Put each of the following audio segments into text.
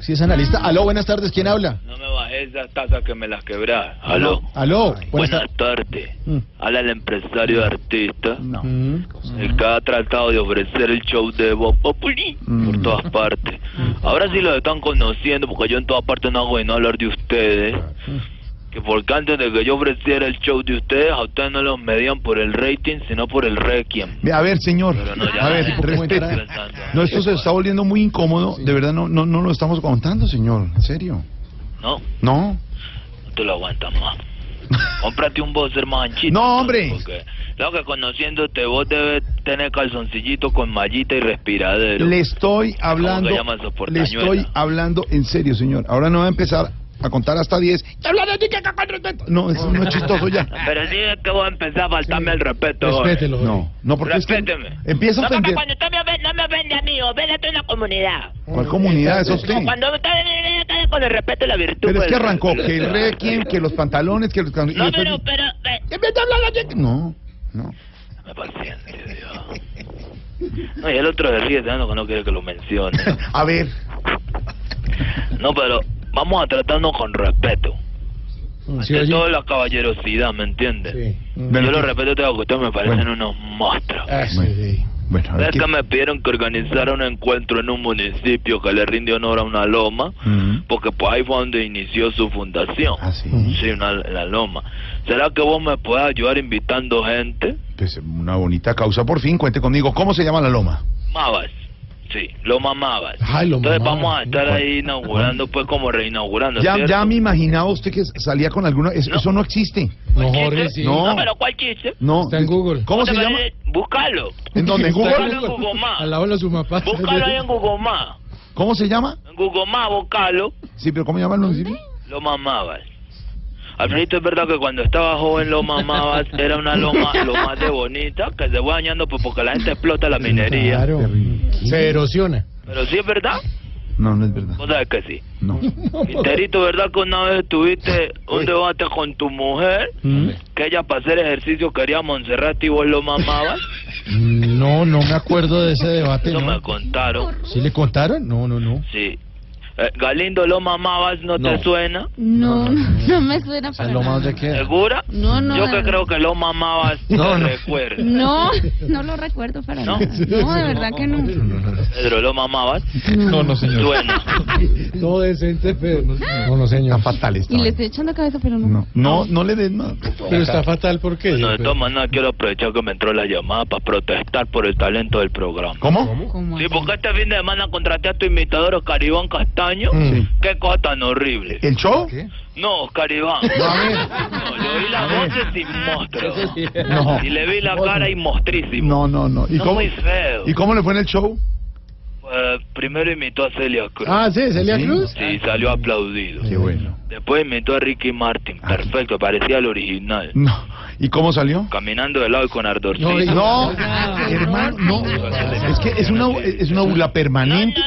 Si es analista. Aló, buenas tardes, ¿quién habla? No me bajes esas tasas que me las quebras. Aló. Aló, buenas Buenas tardes. tardes. Mm. Habla el empresario de artista. Mm. Pues, El que ha tratado de ofrecer el show de Bob Populi Mm. por todas partes. Ahora sí los están conociendo porque yo en todas partes no hago de no hablar de ustedes. Mm. Que porque antes de que yo ofreciera el show de ustedes, a ustedes no los medían por el rating, sino por el requiem. Ve, A ver, señor, Pero no, ya, a ver, ya, ya, ya, respete. ya, ya. No, esto se está volviendo muy incómodo. De verdad, no, no, no lo estamos contando, señor. En serio. No, No. no te lo aguantas más. Cómprate un boxer más anchito. No, hombre. Porque, claro que conociéndote, vos debes tener calzoncillito con mallita y respiradero. Le estoy hablando. que llaman esos Le estoy portañuelas? hablando en serio, señor. Ahora no va a empezar a contar hasta 10. No, eso no es chistoso ya. Pero sí es que voy a empezar a faltarme el respeto. joder. Respételo. No, no, porque es que Respéteme. empieza a No, papá, ofender. cuando usted me ofende, no me ofende a mí, oféndete a la comunidad. ¿Cuál comunidad es usted? Cuando usted viene acá con el respeto y la virtud. Pero es pues, que arrancó, que el requiem, que los pantalones, que los... can- y No, después- pero, pero, eh, No, no. Dame paciencia, Dios. No, y el otro se ríe, ¿no? que no quiere que lo mencione. A ver, No, pero vamos a tratarnos con respeto. ¿Sí Ante oye? toda la caballerosidad, ¿me entiendes? Sí. Yo Bueno, lo ¿qué? respeto, tengo que ustedes me parecen Bueno. unos monstruos. Ah, sí, sí. bueno, a ver ¿Sabes qué- que me pidieron que organizara un encuentro en un municipio que le rinde honor a una loma? Mm. Porque pues ahí fue donde inició su fundación. Ah, sí. Mm. Sí, una, la loma. ¿Será que vos me puedes ayudar invitando gente? Pues una bonita causa, por fin, cuente conmigo. ¿Cómo se llama la loma? Mabas. Sí, Loma Mabas. Ay, Loma Entonces Mabas, vamos a sí. estar ahí inaugurando, pues como reinaugurando. Ya, ¿cierto? ya me imaginaba usted que salía con alguna... es- No. Eso no existe. Pues, No, Jorge, sí. No. pero ¿cuál chiste? No. Está en Google. ¿Cómo se ¿Te llama? parece? Búscalo. ¿En dónde? ¿En Búscalo en Google? Google Maps. Al lado de su mapa. Búscalo ahí en Google Maps. ¿Cómo se llama? En Google Maps, búscalo. Sí, pero ¿cómo llaman los municipio? Loma amabas. Alfredito, es verdad que cuando estaba joven Loma amabas era una loma lo más de bonita que se fue dañando pues, porque la gente explota la minería. Claro. Se erosiona. Pero sí es verdad, No, no es verdad. vos sabes que sí. No. Quinterito, ¿verdad que una vez tuviste un debate con tu mujer? Mm. Que ella para hacer ejercicio quería Montserrat y vos lo mamabas. No, no me acuerdo de ese debate. Eso me ¿no? contaron. ¿Sí le contaron? No, no, no. Sí. Eh, Galindo, lo mamabas, ¿no, No. te suena? No, no me suena O sea, para lo más nada. de qué. ¿Segura? No, no. Yo de que verdad. creo que lo mamabas, No, te no. recuerda. No, no lo recuerdo para ¿No? nada. No, de verdad que no. Pedro, lo mamabas. No, Suena. Todo decente, pero no, no, no, Está señor. Ah. fatal esta Y le estoy vaina. echando cabeza, pero no. No, no, no le den más. Pero está fatal, pues, ¿por qué? No, de Pero- todas maneras quiero aprovechar que me entró la llamada para protestar por el talento del programa. ¿Cómo? ¿Cómo Sí, así? porque este fin de semana contraté a tu imitador Oscar Iván Castaño. Mm. Qué cosa tan horrible. ¿El show? No, Oscar Iván. Eh. No, a ver. No, le vi la ver. voz sin monstruo. No. Y le vi la cara y mostrísimo. No, no, no. ¿Y No, cómo, muy feo. ¿Y cómo le fue en el show? Eh, primero imitó a Celia Cruz. Ah, sí, Celia Sí. Cruz. Sí, salió aplaudido. Qué bueno. Después imitó a Ricky Martin. Perfecto, parecía el original. No. ¿Y cómo salió? Caminando de lado y con ardorcito. No, y- Mm. No, hermano, no. Es que es una, es una burla no, permanente.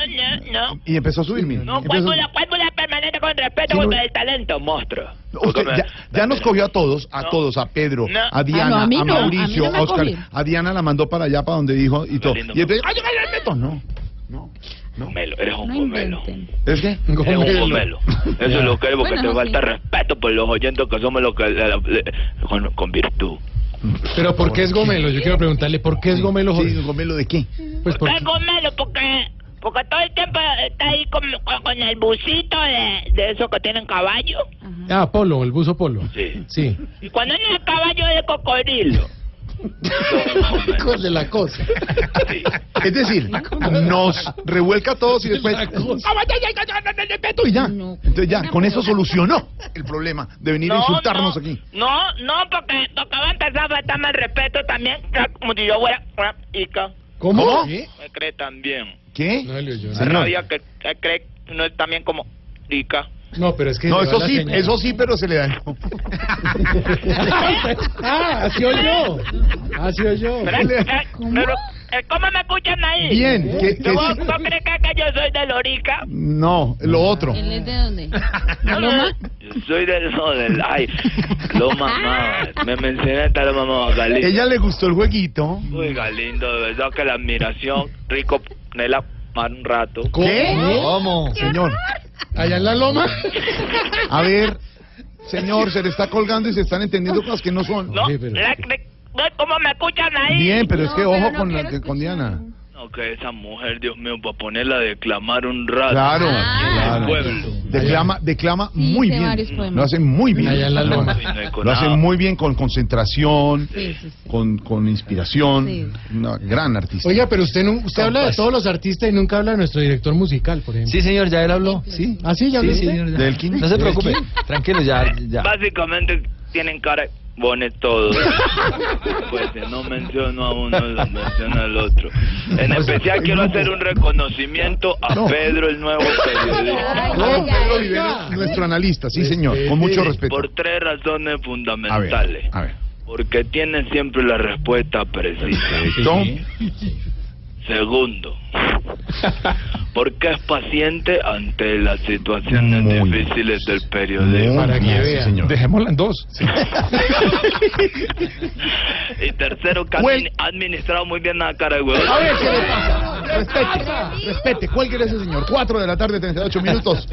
no, no. Y empezó a subir, mire. No, Empezó- cuál cuál permanente con respeto Sí, no- contra el talento, monstruo. Usted ya, ya nos cogió a todos, a No. todos, a Pedro, No. a Ah, no, Diana, a a, mí no, a mí Mauricio, no me a Oscar. cogió. A Diana la mandó para allá, para donde dijo y todo. lindo, Y entonces, ¡ay, ay, ay, Beto! No, no. Gomelo, eres un No gomelo. inventen. ¿Es que? Eres un gomelo. Eso es lo que es porque Bueno, te no, falta sí. respeto por los oyentes que somos los que. le- le- con, con virtud. Pero ¿por qué es Gomelo? Yo quiero preguntarle, ¿por qué es Gomelo? Sí, Jorge? ¿Gomelo de qué? Pues ¿Por porque... qué gomelo? Porque, porque todo el tiempo está ahí con, con- con el busito de, de esos que tienen caballo. Ajá. Ah, Polo, el buzo Polo. Sí. Sí. Y cuando no es caballo es de cocodrilo. Hijos de la cosa. Sí. Es decir, nos revuelca a todos y después. La cosa. ¡Ah, vaya, ya, ya, ya, no, no, no, Beto! Y ya. No. Entonces ya, con eso solucionó el problema de venir a insultarnos no, aquí. No, no, porque, porque va a empezar a faltarme el respeto también. Como si yo fuera una ica. ¿Cómo? ¿Cómo? ¿Qué? Me cree también. No, ¿Qué? Leo, yo no. Señor. Rabia que se cree no es también como rica. No, pero es que... No, se va eso la sí, señal. eso sí, pero se le da. ah, así oyó. Así oyó. Pero, Dale. eh, pero, eh, ¿Cómo me escuchan ahí? Bien, que, que ¿No, vos, sí. vos crees que, que yo soy de Lorica? No, lo otro. ¿Él es de dónde? No, no, no. Yo soy del eso del. Ay, lo mamaba. Me mencionaste a lo mamaba Galindo. Ella le gustó el jueguito. Uy, Galindo, de verdad que la admiración. Rico, Nela, mar un rato. ¿Cómo? Señor, ¿Allá en la loma? a ver, señor, se le está colgando y se están entendiendo cosas que no son. No, Sí, pero- la- la- ¿Cómo me escuchan ahí? Bien, pero es que No, ojo pero no con, la- quiero con Diana. No, que esa mujer, Dios mío, para ponerla a declamar un rato. Claro, Ah. claro. Pueblo. Declama, declama Sí, muy sé varios bien. poemas. Lo hace muy bien. Allá en la loma. Y no hay con Lo hace nada. muy bien con concentración, Sí, sí, sí. con, con inspiración. Sí. Una gran artista. Oiga, pero usted, nu- usted habla de todos los artistas y nunca habla de nuestro director musical, por ejemplo. Sí, señor, ya él habló. Sí. ¿Ah, sí? ¿Ya Sí, hablaste? señor, ya. ¿Del King? No se ¿Del preocupe. Tranquilo, ya. ya. Básicamente tienen cara de bones todos. pues eh, no menciono a uno, lo menciono al otro. En especial quiero hacer un reconocimiento a No. Pedro, el nuevo periodista. Ay, No, ay, Pedro ay. Viveros, nuestro analista, sí señor, con mucho respeto. Por tres razones A Ah. fundamentales. ver, a ver. Porque tiene siempre la respuesta precisa. Tom, Segundo, porque es paciente ante las situaciones Muy difíciles del muy periodismo. Para que bien, sí, vea. señor. Dejémosla en dos. Y tercero, que Güey. ha administrado muy bien la cara de huevo. A ver, ¿qué le pasa? Respete, respete, cuélguele a ese señor. 4 de la tarde, 38 minutos.